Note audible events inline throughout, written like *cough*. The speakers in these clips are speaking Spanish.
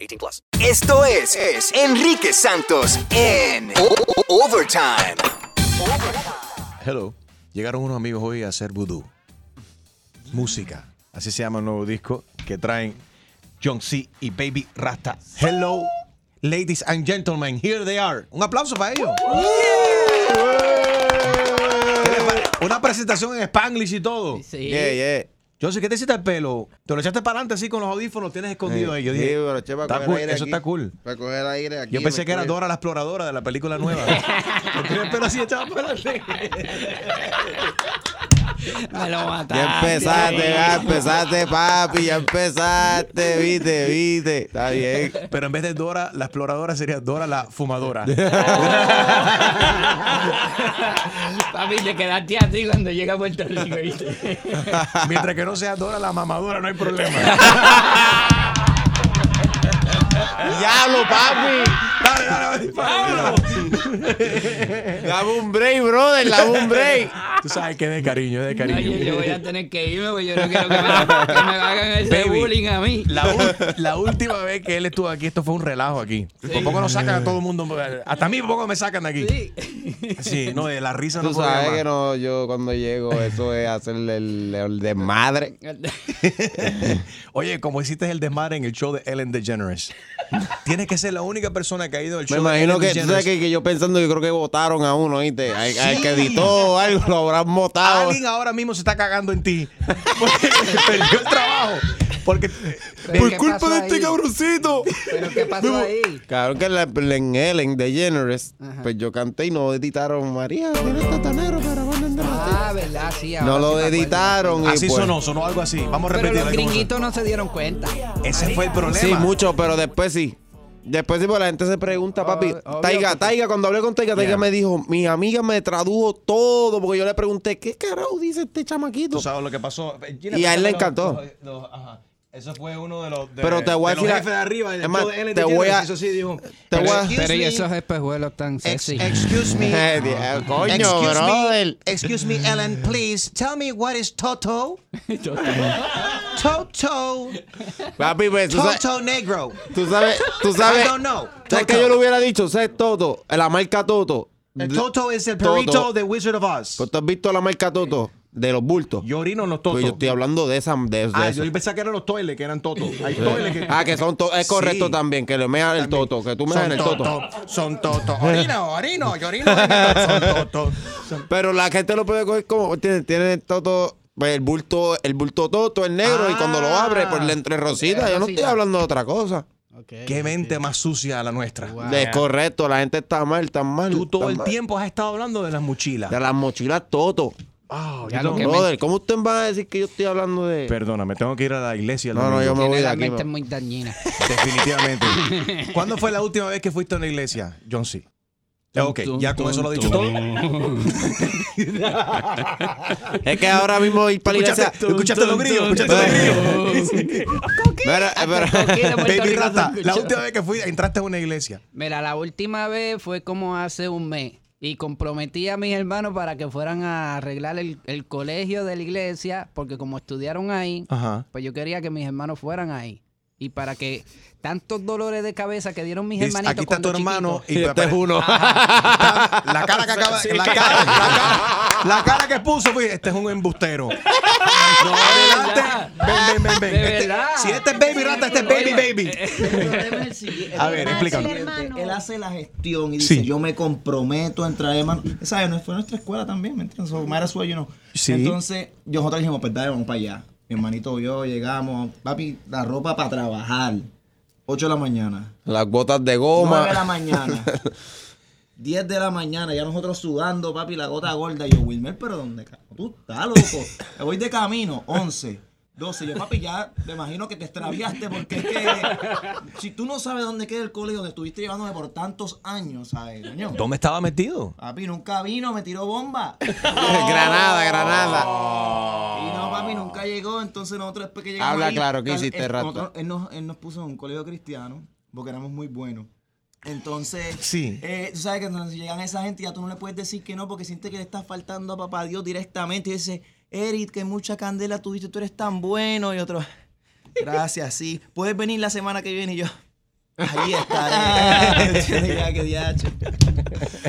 18 plus. Esto es, es Enrique Santos en O- O- Overtime. Hello. Llegaron unos amigos hoy a hacer vudú. Música. Así se llama el nuevo disco que traen John C. y Baby Rasta. Hello, ladies and gentlemen. Here they are. Un aplauso para ellos. ¿Qué les pare- Una presentación en Spanglish y todo. Sí. Yeah, yeah. Yo sé que te hiciste el pelo. Te lo echaste para adelante así con los audífonos, tienes escondido ahí. Yo Sí, dije, pero che, para está coger cool, aire eso aquí. está cool. Para coger aire aquí. Yo pensé me que era coge- Dora la exploradora de la película *laughs* nueva. Lo tiene el pelo así echado para adelante. Me lo mataste. Ya *laughs* empezaste, ya empezaste, papi, ya empezaste, viste, viste. Está bien. Pero en vez de Dora la exploradora sería Dora la *laughs* fumadora. Papi, te quedaste así cuando llega a Puerto Rico, ¿viste? Mientras que no sea Dora la mamadora, no hay *laughs* problema. ¡Diablo, papi! dale, dale, dispara. Dame un break, brother, dame un break. Tú sabes que es de cariño, es de No, yo, cariño. yo voy a tener que irme porque yo no quiero que me, hagan- que me hagan ese Baby. bullying a mí. La, ul- la última vez que él estuvo aquí, esto fue un relajo aquí. Por poco nos sacan a todo el mundo. Hasta a mí por poco me sacan de aquí. Sí. Sí, no, de la risa Tú no podía sabes más. que no, yo cuando llego, eso es hacerle el, el desmadre. Oye, como hiciste el desmadre en el show de Ellen DeGeneres. Tienes que ser la única persona que ha ido al Me show de imagino Ellen que, tú sabes DeGeneres. que, que yo pensando, yo creo que votaron a uno, ¿viste? Al, al que editó o algo, lo habrán votado. Alguien ahora mismo se está cagando en ti. Porque perdió el trabajo. Porque eh, Pero ¿qué pasó este ahí? este *laughs* cabroncito. ¿Pero qué pasó ahí? Cabrón, que en la- en Ellen de Generous, pues yo canté y no editaron María, tiene tatanero para vender Ah, verdad, sí. ahora No sí lo me acuerdo. editaron. y así pues- sonó, sonó algo así. Vamos a Pero repetir. los gringuitos no se dieron cuenta. Ese fue el problema. Sí, mucho, pero después sí. Después sí, pues la gente se pregunta, papi. obvio, Taiga, porque- Taiga, cuando hablé con Taiga, Taiga Yeah. me dijo, mi amiga me tradujo todo, porque yo le pregunté, ¿qué carajo dice este chamaquito? Tú sabes lo que pasó. Eh, Y a él le encantó. Eso fue uno de los. de- Pero te voy a de los decir- jefes de arriba. Es más, todo Ellen te voy a- DeGeneres hizo así, dijo, te voy a- "Excuse Pero y me, esos espejuelos tan ex- sexy. Excuse me. Eh, die- coño, excuse brother. Me, excuse me, Ellen, please. Tell me what is *laughs* Toto. Toto. Papi, pues, tú sabes, Toto Negro. tú sabes, tú sabes, I don't know. ¿sabes que Toto. yo le hubiera dicho? ¿Sabes Toto? La marca Toto. El De- Toto es el Toto. perrito de Wizard of Oz. Pues tú has visto la marca Toto de los bultos. Yo orino en los Pues yo Toto. estoy hablando de esa. De, de Ah, eso. yo pensaba que eran los toiles, que eran Toto. *laughs* Hay toiles que. Ah, que son to- es Sí. correcto también, que le mean el toto, que tú meas en el toto. Son Toto. Orino, orino, yo orino. en el- Son Toto. Son- Pero la gente lo puede coger como tiene, tiene el toto, pues, el bulto, el bulto toto, el negro, y cuando lo abre, pues Ah. le entre rosita. Yo no estoy hablando de otra cosa. Qué mente más sucia la nuestra. Es correcto, la gente está mal, está mal. Tú todo está el mal. tiempo has estado hablando de las mochilas. De las mochilas toto. Ah, Ya yo lo tengo- que me- Brother, ¿cómo usted va a decir que yo estoy hablando de.? Perdóname, tengo que ir a la iglesia. el no, no, yo domingo. me voy de la aquí. mente es me- muy dañina. Definitivamente. *laughs* ¿Cuándo fue la última vez que fuiste a la iglesia, John C? Eh, Ok, ya con eso lo he dicho todo. Es que ahora mismo ir para la iglesia. Escuchaste, escuchaste los grillos, escuchaste los grillos. Mira, mira. Aquí de Puerto Baby Rico se Rata, la escuchó. última vez que fui, entraste a una iglesia. Mira, la última vez fue como hace un mes y comprometí a mis hermanos para que fueran a arreglar el, el colegio de la iglesia porque como estudiaron ahí, Ajá. pues yo quería que mis hermanos fueran ahí. Y para que tantos dolores de cabeza que dieron mis Dice, hermanitos Aquí está tu cuando hermano chiquitos. y Este es uno. La cara que acaba. La cara, la cara, la cara que puso, fue, este es un embustero. No, adelante. Ven, ven, ven, ven. De Este- verdad. si este es baby rata, este es baby Oye, baby. *laughs* A A ver, explícanos. Él hace la gestión y dice, Sí. yo me comprometo a entrar de mano. ¿Sabes? No fue nuestra escuela también, ¿me entiendes? So, Mara Suárez, yo no. Sí. Entonces, yo- nosotros dijimos, pues dale, vamos para allá. Mi hermanito y yo llegamos, papi, la ropa para trabajar. 8 de la mañana. *laughs* Las botas de 9 de goma. la mañana. 10 de la mañana, ya nosotros sudando, papi, la gota gorda. Y Yo, Wilmer, pero ¿dónde carajo tú estás, loco? Me voy de camino, 11. 12. Yo, papi, ya me imagino que te extraviaste porque es que si tú no sabes dónde queda el colegio donde estuviste llevándome por tantos años, ¿sabes, coño? ¿Dónde estaba metido? Papi, nunca vino, me tiró bomba. *laughs* Granada, Oh. Granada. Y no, papi, nunca llegó. Entonces nosotros después que Oh. llegamos Habla ahí, claro, ¿qué cal- hiciste, él, rata? nosotros- él, nos, él nos puso en un colegio cristiano porque éramos muy buenos. Entonces, Sí. eh, tú sabes que cuando llegan esa gente ya tú no le puedes decir que no porque siente que le estás faltando a papá Dios directamente. Y dice, Eric, que mucha candela tuviste, tú eres tan bueno. Y otro, gracias, sí. Puedes venir la semana que viene y yo. Ahí estaré. ¿Entiendes? Ya, que diache.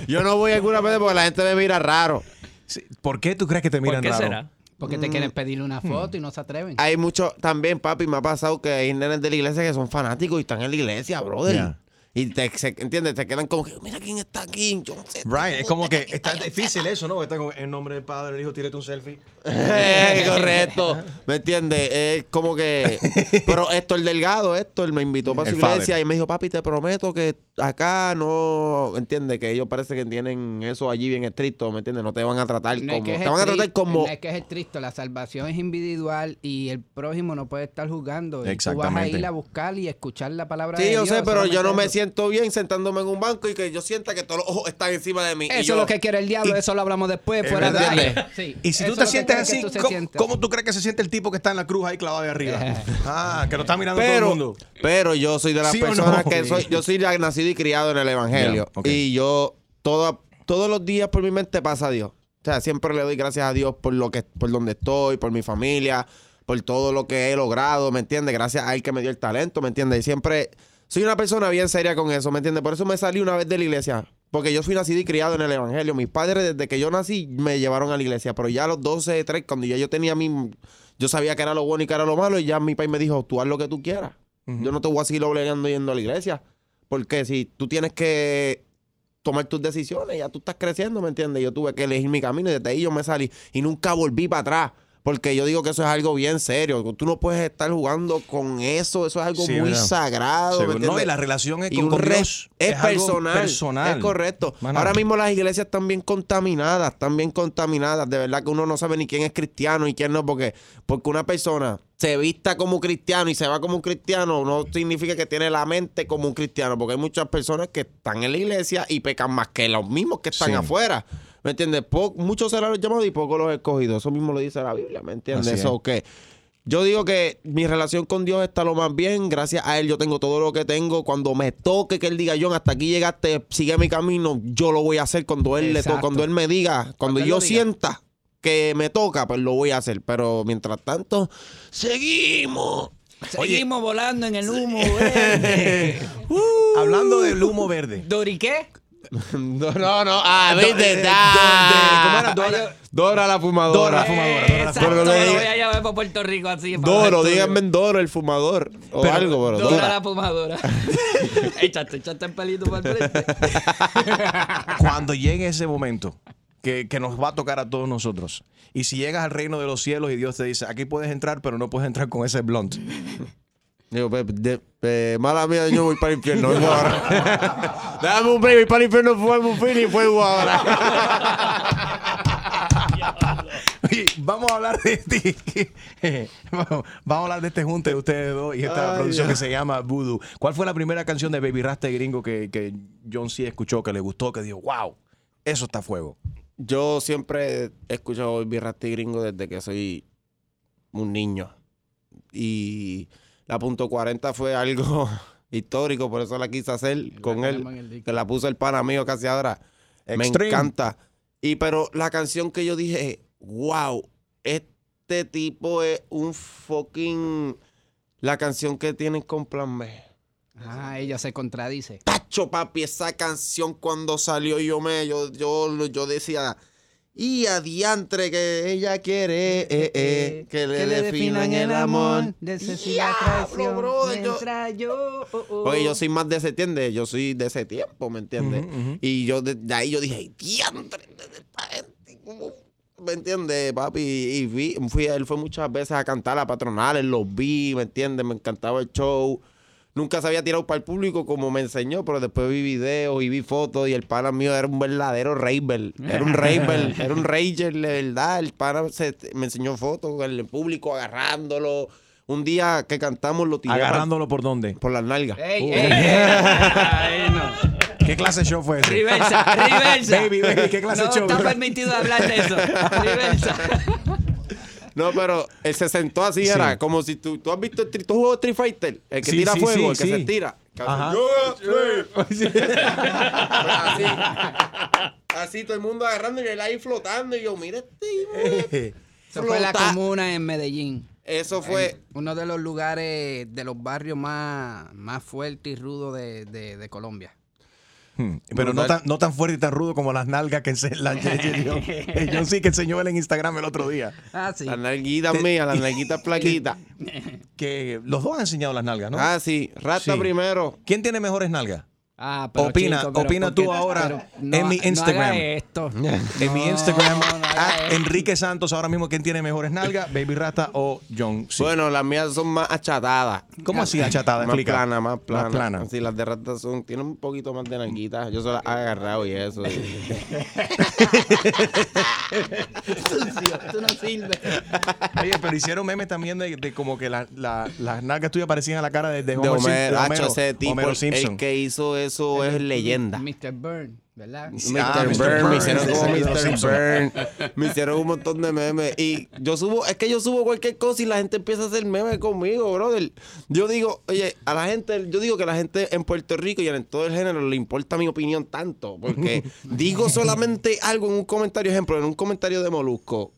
Yo no voy a alguna vez porque la gente me mira raro. Sí, ¿Por qué tú crees que te ¿Por miran qué raro? será? Porque te Mm. quieren pedir una foto y no se atreven. Hay muchos, también, papi, me ha pasado que hay nenes de la iglesia que son fanáticos y están en la iglesia, brother. Ya. Y te, se- ¿entiendes? Te quedan como que, mira quién está aquí. Yo no sé. Brian, *laughs* es como que está difícil eso, ¿no? Está con el nombre del padre, el hijo, tírate un selfie. Eh, correcto. ¿Me entiendes? Es *laughs* como que. Pero Héctor Delgado, Héctor me invitó para su El father. iglesia y me dijo, papi, te prometo que acá no. ¿Entiendes? Que ellos parece que tienen eso allí bien estricto, ¿me entiendes? No te van a tratar No es como. que es Te van a tratar estricto, como. no es que es estricto, la salvación es individual y el prójimo no puede estar juzgando. Y tú vas a Exactamente. ir a buscar y escuchar la palabra de Sí, yo Dios. sé, pero yo no me solamente siento bien sentándome en un banco y que yo sienta que todos los ojos están encima de mí. eso. Y Eso yo- es lo que quiere el diablo, eso lo hablamos después, Eh, fuera ¿me de entiendes? aire. Sí, Y si tú eso te es lo que sientes quiere que así, tú te ¿cómo, sientas. cómo tú crees que se siente el tipo que está en la cruz ahí clavado ahí *laughs* arriba? ah, que lo está mirando todo el Pero, mundo. pero yo soy de las ¿Sí o no? personas que Sí. soy, yo soy la- nacido y criado en el Evangelio. Ya, ok. Y yo toda- todos los días por mi mente pasa a Dios. O sea, siempre le doy gracias a Dios por lo que, por donde estoy, por mi familia, por todo lo que he logrado, ¿me entiendes? Gracias a él que me dio el talento, ¿me entiendes? Y siempre soy una persona bien seria con eso, ¿me entiendes? Por eso me salí una vez de la iglesia. Porque yo fui nacido y criado en el Evangelio. Mis padres, desde que yo nací, me llevaron a la iglesia. Pero ya a los 12, 3, cuando ya yo tenía mi... Yo sabía que era lo bueno y que era lo malo. Y ya mi país me dijo, tú haz lo que tú quieras. Yo no te voy a seguir obligando yendo a la iglesia. Porque si tú tienes que tomar tus decisiones, ya tú estás creciendo, ¿me entiendes? Yo tuve que elegir mi camino y desde ahí yo me salí y nunca volví para atrás. Porque yo digo que eso es algo bien serio. Tú no puedes estar jugando con eso. Eso es algo Sí, muy verdad. sagrado. ¿me Seguro. entiendes? No, y la relación es Y con- un con re- Dios, Es, es algo personal, personal. Es correcto. Más nada. Ahora mismo las iglesias están bien contaminadas. Están bien contaminadas. De verdad que uno no sabe ni quién es cristiano y quién no. Porque, porque una persona se vista como cristiano y se va como un cristiano no significa que tiene la mente como un cristiano. Porque hay muchas personas que están en la iglesia y pecan más que los mismos que están Sí. afuera. ¿Me entiendes? Po- muchos serán los llamados y pocos los escogidos. Eso mismo lo dice la Biblia. ¿Me entiendes? Así es. Eso que yo digo que mi relación con Dios está lo más bien. Gracias a Él yo tengo todo lo que tengo. Cuando me toque que Él diga, John, hasta aquí llegaste, sigue mi camino, yo lo voy a hacer cuando Él le to- Exacto. cuando Él me diga, cuando, Cuando Él yo lo diga. sienta que me toca, pues lo voy a hacer. Pero mientras tanto, seguimos. Seguimos volando en el humo. eh. verde. Hablando del humo verde. ¿Doriqué? No, no, no. Ah, Do- eh, ¿viste? do- Ah. de- ¿Cómo era? Dora. Dora la fumadora. Dora la fumadora. Dora la Eh, Exacto, Pero lo no voy le diga- a llevar para Puerto Rico así. para Doro, ver tú. díganme en Doro el fumador o Pero- algo, pero Dora Dora. la fumadora. *laughs* échate, échate el pelito para el frente. cuando llegue ese momento que, que nos va a tocar a todos nosotros. Y si llegas al reino de los cielos y Dios te dice, aquí puedes entrar, pero no puedes entrar con ese blunt. *laughs* Digo, pe- de- eh, pe- mala mía, yo voy para el *laughs* infierno. vengo ahora. Dame un break, voy para el infierno, fue un fin y fue *laughs* ahora. Oye, Vamos a hablar de ti. *laughs* Vamos vamos a hablar de este junte de ustedes dos y esta producción que se llama Voodoo. ¿Cuál fue la primera canción de Baby Rasta y Gringo que, que John C. escuchó, que le gustó, que dijo, wow, eso está a fuego? Yo siempre he escuchado el Rasti gringo desde que soy un niño. Y la punto 40 fue algo *laughs* histórico, por eso la quise hacer con tenemos en el él. disco. Que la puso el pana mío casi ahora. Me Extreme. encanta. Y pero la canción que yo dije, wow, este tipo es un fucking. La canción que tienen con Plan B. Ah, ella se contradice. Tacho, papi, esa canción cuando salió yo me, yo, yo, yo decía, y adiantre que ella quiere, eh, eh, que le definan el amor. Diablo, Diablo, brother, yo- yo... oh, oh. Oye, yo soy más de ese tiempo, yo soy de ese tiempo, ¿me entiendes? Y yo de, de ahí yo dije, diantre, esta gente, ¿cómo? ¿me entiendes, papi? Y vi, fui, él fue muchas veces a cantar a patronales, los vi, ¿me entiendes? Me encantaba el show. Nunca se había tirado para el público como me enseñó, pero después vi videos y vi fotos y el pana mío era un verdadero raver. Era un raver, era un rager de verdad. El pana se- me enseñó fotos con el público agarrándolo. Un día que cantamos lo tiré para- ¿Agarrándolo por dónde? por las nalgas. ¡Ey, ey! Ay, no. ¿Qué clase de show fue ese? Reversa, *laughs* reversa. Baby, baby, ¿qué clase no de show? está permitido hablar de eso. Reversa. *laughs* No, pero él se sentó así, Sí. era como si tú, tú has visto el tri, tú jugó Street Fighter, el que Sí, tira sí, fuego, sí, el que sí. se tira. Que hace, Ajá. *laughs* Pues "Yeah, yeah". así. Así todo el mundo agarrando y él ahí flotando. Y yo, mira este hijo *laughs* de Eso fue la flota". comuna en Medellín. Eso fue. Uno de los lugares, de los barrios más, más fuertes y rudos de, de- de Colombia. Hmm, Pero no tan, no tan fuerte y tan rudo como las nalgas que ense- *laughs* la- John sí que enseñó él en Instagram el otro día. Ah, sí. La nalguita mía, *laughs* la nalguita plaquita. Que los dos han enseñado las nalgas, ¿no? Ah, sí, rata Sí. primero. ¿Quién tiene mejores *laughs* nalgas? Ah, pero Opina- chico, pero opina ¿por qué- tú ahora pero en mi no Instagram. haga esto. En mi Instagram, no hagas ah, eso. Enrique Santos, ahora mismo, ¿quién tiene mejores *laughs* nalgas? ¿Baby Rasta o John C? Bueno, las mías son más achatadas. ¿Cómo así achatada? Más Explica. plana, más plana. Más plana. Sí, las de rata son, tienen un poquito más de nanguita. Yo se las he agarrado y eso. *laughs* y- Sucio, tú no sirves. Oye, pero hicieron memes también de, de como que la- la- las nalgas tuyas parecían a la cara de, de de Homer, Sim- de Homero, Homero, hacho, ese tipo, Homero el- Simpson. El que hizo eso es leyenda. Mr. Burn, ¿verdad? Mr. Ah, Mr. Burns, me Burns, hicieron ese como es de los Mr. Simpson. Burns, me hicieron un montón de memes y yo subo, es que yo subo cualquier cosa y la gente empieza a hacer memes conmigo, brother. Yo digo, oye, a la gente, yo digo que a la gente en Puerto Rico y en todo el género le importa mi opinión tanto, *laughs* porque digo solamente algo en un comentario, ejemplo, en un comentario de Molusco.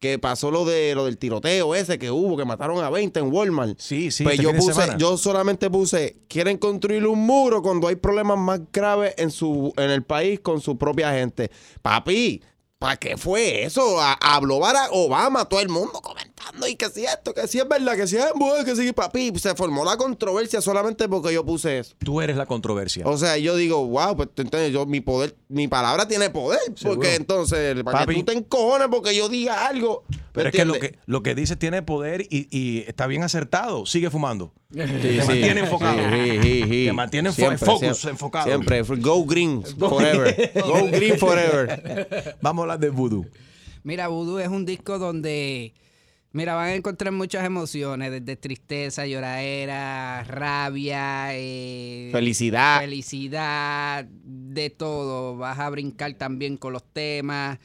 Que pasó lo de lo del tiroteo ese que hubo, que mataron a 20 en Walmart. Sí, sí, Pues este yo fin de puse, semana. yo solamente puse, quieren construir un muro cuando hay problemas más graves en su en el país con su propia gente. Papi, ¿para qué fue eso? A- habló Barack Obama, todo el mundo comentando y que si esto, que si es verdad, que si es embuste, que si papi, se formó la controversia solamente porque yo puse eso. Tú eres la controversia. O sea, yo digo, wow, pues entonces yo mi poder, mi palabra tiene poder, porque entonces para Papi. que tú te encojones porque yo diga algo. ¿me Pero es que lo, entiendes? que lo que dices tiene poder y, y está bien acertado. Sigue fumando. Sí, Te sí. mantiene enfocado. Sí, sí, sí. Te mantiene fo- Siempre, focus, siempre. enfocado. Siempre. Go green forever. Go *laughs* green forever. Vamos a hablar de voodoo. Mira, Voodoo es un disco donde, mira, van a encontrar muchas emociones, desde tristeza, lloradera, rabia, eh, Felicidad. felicidad, de todo. Vas a brincar también con los temas.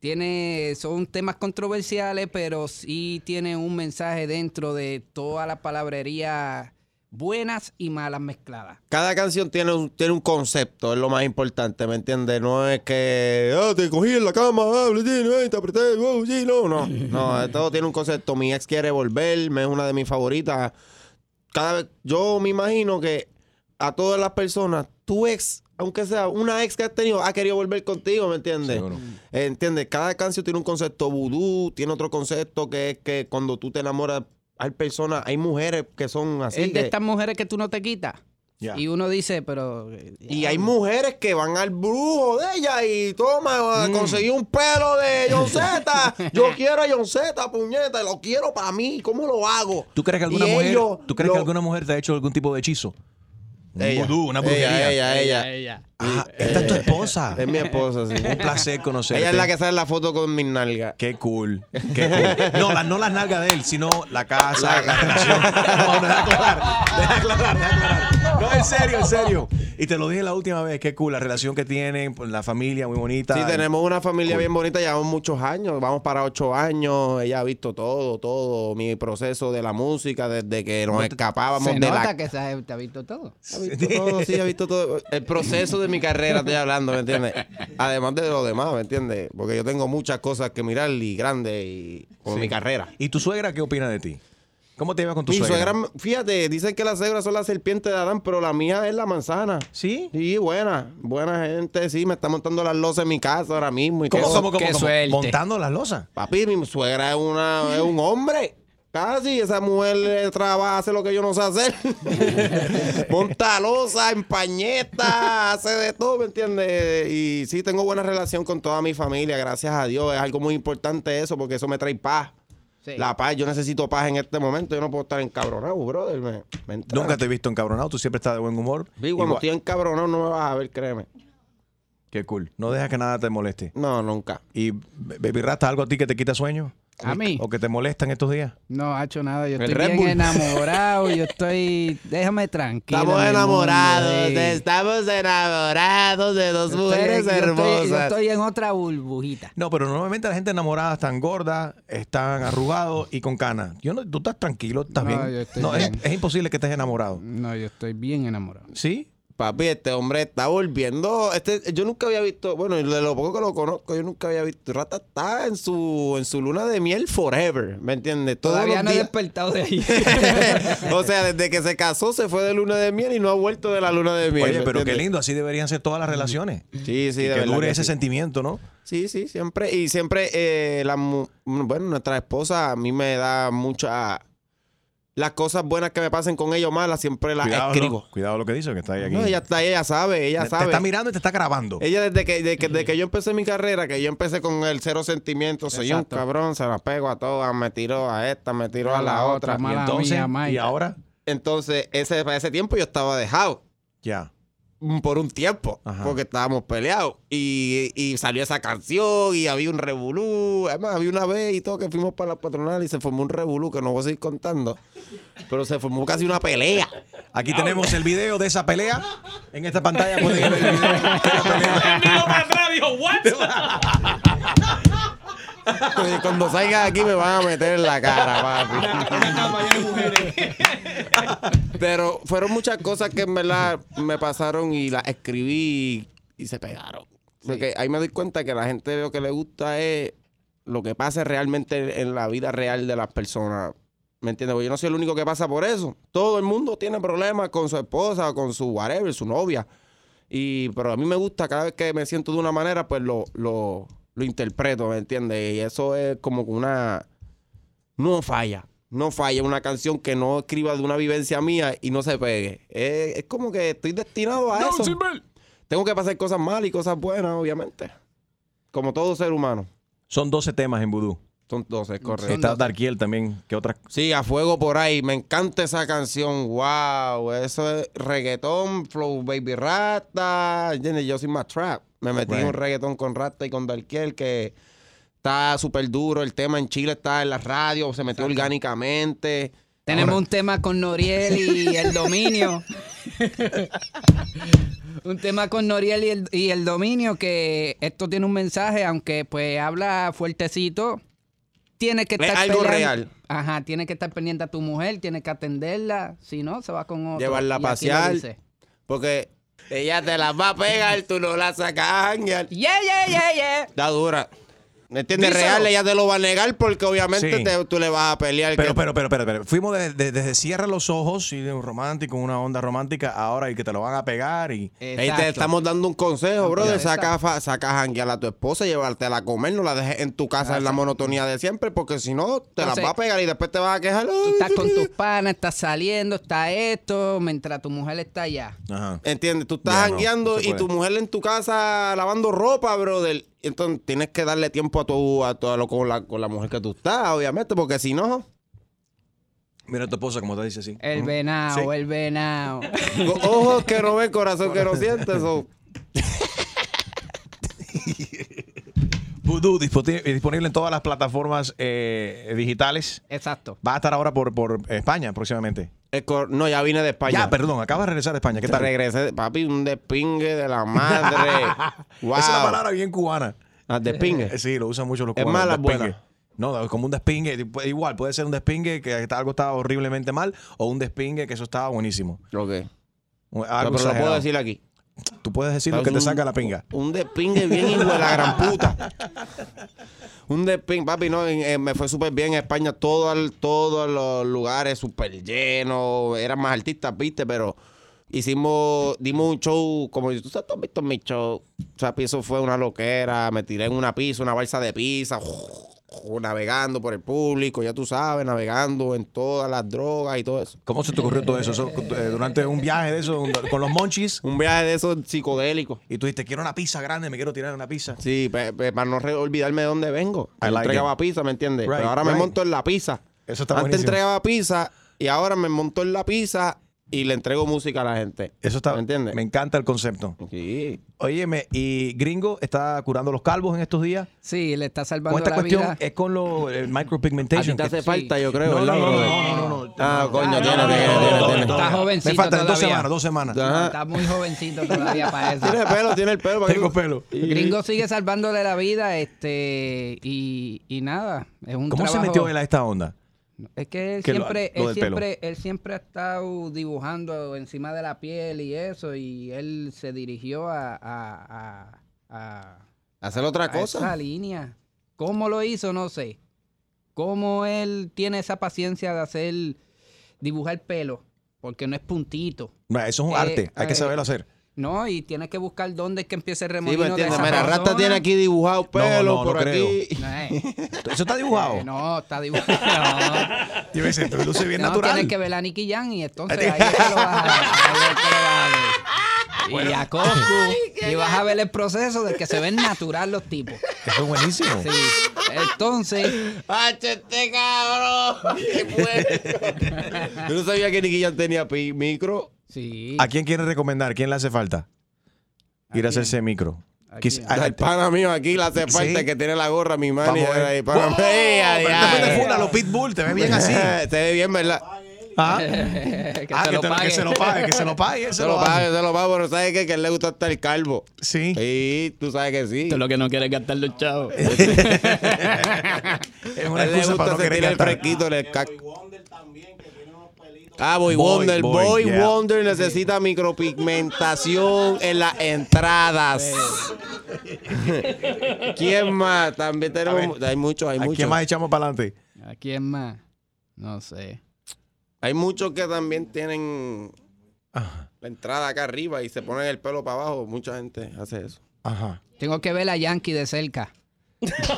Tiene, son temas controversiales, pero sí tiene un mensaje dentro de toda la palabrería buenas y malas mezcladas. Cada canción tiene un, tiene un concepto, es lo más importante, ¿me entiendes? No es que "Ah, te cogí en la cama, ah, bla, sí, no, eh, te apreté, wow, sí, no, no. No, todo tiene un concepto. Mi ex quiere volver, me es una de mis favoritas. Cada vez, yo me imagino que a todas las personas, tu ex, aunque sea una ex que has tenido, ha querido volver contigo, ¿me entiendes? Seguro. ¿Entiendes? Cada canción tiene un concepto vudú, tiene otro concepto que es que cuando tú te enamoras, hay personas, hay mujeres que son así. es de que- estas mujeres que tú no te quitas. Ya. Y uno dice, pero... eh, y hay mujeres que van al brujo de ella y Mm. toma, conseguí un pelo de John *laughs* Z. Yo quiero a John Z, puñeta, lo quiero para mí. ¿Cómo lo hago? ¿Tú crees que alguna Y mujer, ellos ¿tú crees lo- que alguna mujer te ha hecho algún tipo de hechizo? Un Ella, vudú, una ella, brujería. Ella, ella, ella. Ah, esta es tu esposa. Es mi esposa, sí. Un placer conocerte. Ella es la que sale en la foto con mis nalgas. Qué cool. Qué cool. No, las- no las nalgas de él, sino la casa, la, *laughs* relación. No, deja aclarar, deja aclarar, deja aclarar. No, en serio, en serio. Y te lo dije la última vez, qué cool, la relación que tienen, pues, la familia muy bonita. Sí, tenemos una familia bien bonita, llevamos muchos años, vamos para ocho años, ella ha visto todo, todo, mi proceso de la música, desde que nos escapábamos Se de nota la... que se te ha visto todo. Ha visto todo, sí, ha visto todo. El proceso de mi carrera, estoy hablando, ¿me entiendes? Además de lo demás, ¿me entiendes? Porque yo tengo muchas cosas que mirar y grandes y con Sí. mi carrera. ¿Y tu suegra qué opina de ti? ¿Cómo te llevas con tu Mi suegra? suegra, fíjate, dicen que las suegras son la serpiente de Adán, pero la mía es la manzana. ¿Sí? Sí, buena, buena gente, sí, me está montando las losas en mi casa ahora mismo. Y ¿Cómo, todo. cómo, cómo, Qué cómo? suerte. Montando las losas. Papi, mi suegra es, una, es un hombre. Casi, esa mujer eh, trabaja, hace lo que yo no sé *laughs* hacer. Monta losa, empañeta, hace de todo, ¿me entiendes? Y sí, tengo buena relación con toda mi familia, gracias a Dios. Es algo muy importante eso, porque eso me trae paz. Sí. La paz, yo necesito paz en este momento. Yo no puedo estar encabronado, brother. Me, me entra. Nunca te he visto encabronado, tú siempre estás de buen humor. Sí, cuando Igual- estoy encabronado no me vas a ver, créeme. Qué cool. No dejas que nada te moleste. No, nunca. ¿Y Baby Rasta, algo a ti que te quita sueño? ¿A mí? ¿O que te molestan estos días? No, ha hecho nada. Yo El estoy Red bien Bull. enamorado. Yo estoy. Déjame tranquilo. mi mundo, sí. estamos enamorados de dos Yo estoy- yo estoy- Yo estoy en otra burbujita. No, pero normalmente la gente enamorada están gorda, están arrugados y con canas. Yo no, tú estás tranquilo, estás No, bien. yo estoy no, es- bien. Es, imposible que estés enamorado. No, yo estoy bien enamorado. ¿Sí? Papi, este hombre está volviendo. Este, yo nunca había visto, bueno, de lo poco que lo conozco, yo nunca había visto. Rata está en su, en su luna de miel forever, ¿me entiendes? Todos Todavía los no he días. despertado de ahí. *laughs* o sea, desde que se casó se fue de luna de miel y no ha vuelto de la luna de miel. Oye, ¿me pero qué entiendes? lindo, así deberían ser todas las relaciones. Sí, sí, de que verdad dure que ese sí. sentimiento, ¿no? Sí, sí, siempre. Y siempre, eh, la, mu- bueno, nuestra esposa a mí me da mucha... Las cosas buenas que me pasen con ellos malas siempre las Cuidado, escribo. ¿no? Cuidado lo que dice, que está ahí aquí. No, ella está ahí, ella sabe, ella Te- sabe. Te está mirando y te está grabando. Ella desde que, de que- de que yo empecé mi carrera, que yo empecé con el cero sentimiento, soy un Exacto. cabrón, se la pego a todas, me tiró a esta, me tiró a, la otra. mala Entonces, mía, Mike. y ahora, Entonces, ese, para ese tiempo yo estaba dejado ya. mm, por un tiempo, Ajá. porque estábamos peleados. Y, y salió esa canción y había un revolú. Además, había una vez y todo que fuimos para la patronal y se formó un revolú que no voy a seguir contando. Pero se formó casi una pelea. Aquí tenemos el video de esa pelea. En esta pantalla pueden ver el video. Entonces, *laughs* Cuando salga de aquí me van a meter en la cara, papi. *laughs* Pero fueron muchas cosas que en verdad me pasaron y las escribí y se pegaron. Porque ahí me doy cuenta que a la gente lo que le gusta es lo que pasa realmente en la vida real de las personas. ¿Me entiendes? Porque yo no soy el único que pasa por eso. Todo el mundo tiene problemas con su esposa, con su whatever, su novia. Y, pero a mí me gusta, cada vez que me siento de una manera, pues lo, lo, lo interpreto, ¿me entiendes? Y eso es como una... No falla. No falla una canción que no escriba de una vivencia mía y no se pegue. Es, es como que estoy destinado a eso. Tengo que pasar cosas malas y cosas buenas, obviamente. Como todo ser humano. *laughs* Son 12 temas en vudú. Son 12, correcto. Está Darkiel también, que otras Sí, a fuego por ahí. Me encanta esa canción. Wow, eso es reggaetón, flow baby rata. ¿Entiendes? Yo soy más trap. Me metí en un Right. reggaetón con Rasta y con Darkiel que está súper duro. El tema en Chile está en la radio, se metió orgánicamente. Tenemos un tema con Noriel y el *laughs* dominio. un tema con Noriel y el, y el dominio que esto tiene un mensaje, aunque pues habla fuertecito. Tiene que Es estar algo peleando- real. Ajá, tiene que estar pendiente a tu mujer, tiene que atenderla, si no se va con otro. Llevarla Y a aquí lo pasear. dice. Porque ella te las va a pegar, tú no la sacas, Ángel. Yeah, yeah, yeah, yeah. Está dura. ¿Me entiendes? Díselo. Real, ella te lo va a negar porque obviamente Sí. te- tú le vas a pelear. Pero, que- pero, pero, pero, pero, fuimos de- de- desde cierra los ojos y de un romántico, una onda romántica, ahora y que te lo van a pegar y... Ahí te Exacto. estamos dando un consejo, brother. está. Saca, fa- saca a janguear a tu esposa, llevártela a comer, no la dejes en tu casa en la monotonía de siempre, porque si no, te la Entonces, va a pegar y después te vas a quejar. Tú estás con tus panas, estás saliendo, está esto, mientras tu mujer está allá. Ajá. ¿Entiendes? Tú estás Ya, no, jangueando no se y puede. tu mujer en tu casa lavando ropa, brother. Entonces tienes que darle tiempo a tu, a tu- a lo- con, la, con la mujer que tú estás, obviamente, porque si no. Mira a tu esposa como te dice así. El Ujú. venado, Sí. el venado. co- Ojos que no ven, corazón que no sientes. so- Voodoo, dispote- eh, disponible en todas las plataformas eh, digitales. *laughs* Exacto. Va a estar ahora por, por España próximamente. el cor- no, ya vine de España. Ya, perdón, acaba de regresar a España. ¿Qué tal? Regresé, papi, un despingue de la madre. *laughs* wow. Esa es una palabra bien cubana. Ah, despingue. Eh, *laughs* Sí, lo usan mucho los ¿Es cubanos. mala o despingue. buena? No, como un despingue. tipo, Igual, puede ser un despingue que está- algo estaba horriblemente mal o un despingue que eso estaba buenísimo. Algo Ok. Pero, pero lo exagerado. puedo decir aquí. Tú puedes decir lo que te saca la pinga. Un despingue bien hijo de *laughs* la gran puta. Un despingue, papi, no, en- en- me fue súper bien en España. Todo el- todos los lugares súper llenos. Eran más artistas, viste, pero hicimos, dimos un show, como tú sabes, tú has visto mi show. O sea, eso fue una loquera. Me tiré en una pizza, *laughs* una balsa de pizza. navegando por el público, ya tú sabes, navegando en todas las drogas y todo eso. ¿Cómo se te ocurrió todo eso? Eso, eh, Durante un viaje de eso, con los monchis, Un viaje de esos psicodélicos. y tú dijiste, quiero una pizza grande, me quiero tirar una pizza. Sí, pe- pe- para no re- olvidarme de dónde vengo. I Yo like entregaba it. pizza, ¿me entiendes? Right, Pero ahora me right. monto en la pizza. Eso está Antes buenísimo. entregaba pizza y ahora me monto en la pizza y le entrego música a la gente. Eso está, ¿Me entiendes? me encanta el concepto. Sí. Óyeme, y Gringo está curando los calvos en estos días. Sí, le está salvando Con esta la cuestión eh, vida. es con lo, el A ti micropigmentation. te que- hace Sí. falta, yo creo. No, ¿verdad, no, no, brother? no, no, no. Ah, coño, no, tiene, no, tiene, no, tiene, no, tiene. no, Está no. jovencito Me faltan dos todavía. semanas, dos semanas. Ya. No, Ajá. Está muy jovencito todavía para *laughs* eso. Tiene pelo, tiene el pelo. ¿para qué Tengo tú- pelo. Gringo sigue salvándole la vida, este, y, y nada, es un ¿Cómo se trabajo- metió él a esta onda? Es que él que lo- siempre, lo él del pelo? siempre, él siempre ha estado dibujando encima de la piel y eso, y él se dirigió a, a, a- a- Hacer a otra esa cosa. línea. ¿Cómo lo hizo? No sé. ¿Cómo él tiene esa paciencia de hacer, dibujar pelo? Porque no es puntito. No, Eso es un Eh, arte, hay que eh, saberlo hacer. No, y tienes que buscar dónde es que empiece el Sí, remolino ¿me de entiendes? esa Mira, Rasta persona. tiene aquí dibujado pelo no, no por creo. aquí. *laughs* No, *laughs* eh, Eso está dibujado. eh, no, está dibujado. No. Y ves, esto luce bien *laughs* no, natural. tienes que ver a Nicky Jan y entonces Ahí ahí te- es que lo vas a ver. ahí es que lo vas a ver. Y a Coscu. Y vas a ver el proceso de que se ven natural los tipos. Eso es buenísimo. Sí. Entonces, este cabrón! *laughs* *laughs* Yo no sabía que Nicky Jam tenía pi- micro. sí. ¿A quién quiere recomendar? ¿Quién le hace falta? Ir a hacerse micro. ¿A Quis- quién? a- a- El pana mío aquí le hace falta Sí. que tiene la gorra, mi man. Vamos a ver. ahí, pana ¡Wow! mío. Ey, ay, Pero ay. después te funa los pitbull, te ves bien *laughs* así. Te ve bien, ¿verdad? Ah, que, Ah, se que lo te- pague. que se lo pague, que se lo pague. Se lo paga, se lo paga, pero ¿sabes qué? Que a él le gusta estar calvo. Sí. Sí, tú sabes que sí. Esto es lo que no quiere gastar los *laughs* chavos. Es A una él le excusa gusta para no querer sentir el gastar. fresquito en el cac. Ah, Boy, Boy, Wonder. Boy, Boy, yeah. Wonder necesita micropigmentación en las entradas. *laughs* ¿Quién más? También tenemos. Hay muchos, hay ¿A muchos. quién más echamos para adelante? ¿A quién más? No sé. Hay muchos que también tienen la entrada acá arriba y se ponen el pelo para abajo. Mucha gente hace eso. Ajá. Tengo que ver a Yankee de cerca.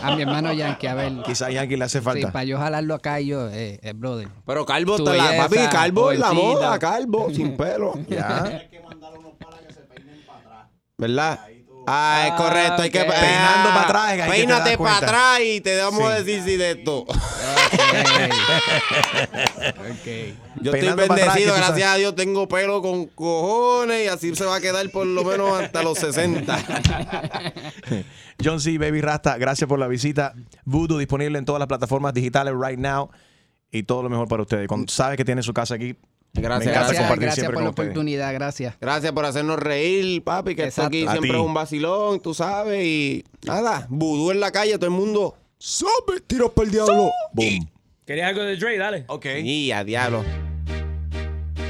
A mi hermano Yankee, a ver. Quizá a Yankee le hace Sí, falta. para yo jalarlo acá y yo, eh, eh, *laughs* brother. Pero calvo Tu está la papi, belleza, calvo en la jovencito. *laughs* moda, calvo, sin pelo. Ya. ¿Verdad? Ah, es correcto, hay que ok. Peinando ah, para atrás es que ahí que te das Peínate para cuenta. atrás y te vamos a Sí. decir si de esto. *laughs* Ok. Yo Peinando para estoy atrás, bendecido, que tú gracias sabes. a Dios, tengo pelo con cojones y así se va a quedar por lo menos hasta *laughs* los 60. John C. Baby Rasta, gracias por la visita. Voodoo disponible en todas las plataformas digitales right now. Y todo lo mejor para ustedes. Cuando sabes que tiene su casa aquí. Me Gracias, encanta Gracias, compartir gracias siempre por con la ustedes. oportunidad, gracias. Gracias por hacernos reír, papi, que esto Exacto. aquí A siempre ti. es un vacilón, tú sabes. Y nada, vudú en la calle, todo el mundo, ¡sabe! Tiros para el diablo. Boom. ¿Querías algo de Dre? Dale. Ok. Y a diablo.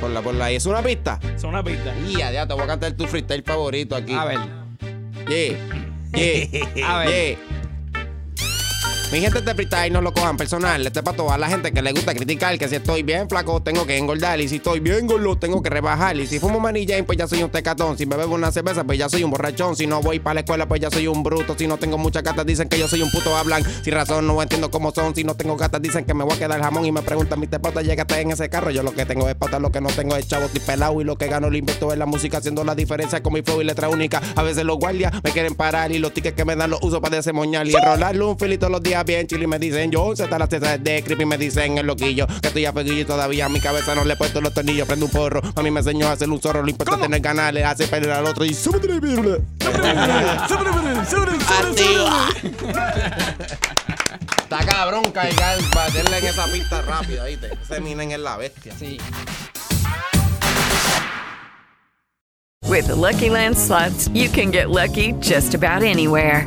Por la, por la, y es una pista. Son una pista. Y a diablo, te voy a cantar tu freestyle favorito aquí. A ver. Yeah, *laughs* yeah, A ver. yeah. Mi gente de freestyle no lo cojan personal. Este es para toda la gente que le gusta criticar. Que si estoy bien flaco, tengo que engordar. Y si estoy bien gordo, tengo que rebajar. Y si fumo manilla, pues ya soy un tecatón. Si me bebo una cerveza, pues ya soy un borrachón. Si no voy para la escuela, pues ya soy un bruto. Si no tengo muchas gatas, dicen que yo soy un puto hablan. Sin razón, no entiendo cómo son. Si no tengo gatas, dicen que me voy a quedar jamón. Y me preguntan, mi tepata, llegaste en ese carro. Yo lo que tengo es pata, lo que no tengo es chavo, estoy pelado. Y lo que gano lo invierto en la música, haciendo la diferencia con mi flow y letra única. A veces los guardias me quieren parar y los tickets que me dan los uso para desemoñar. Y enrolarle un filito los días bien chile. Y me dicen, yo se está las tetas de creepy. Me dicen el loquillo, que estoy a peguillo y todavía a mi cabeza no le he puesto los tornillos. Prendo un porro, a mí me enseñó a hacer un zorro. Lo importante es tener ganas, le hace perder al otro. Y Está cabrón cargar, baterle en esa pista rápida, ¿viste? Ese minen es la bestia. Sí. With the Lucky Land slots, you can get lucky just about anywhere.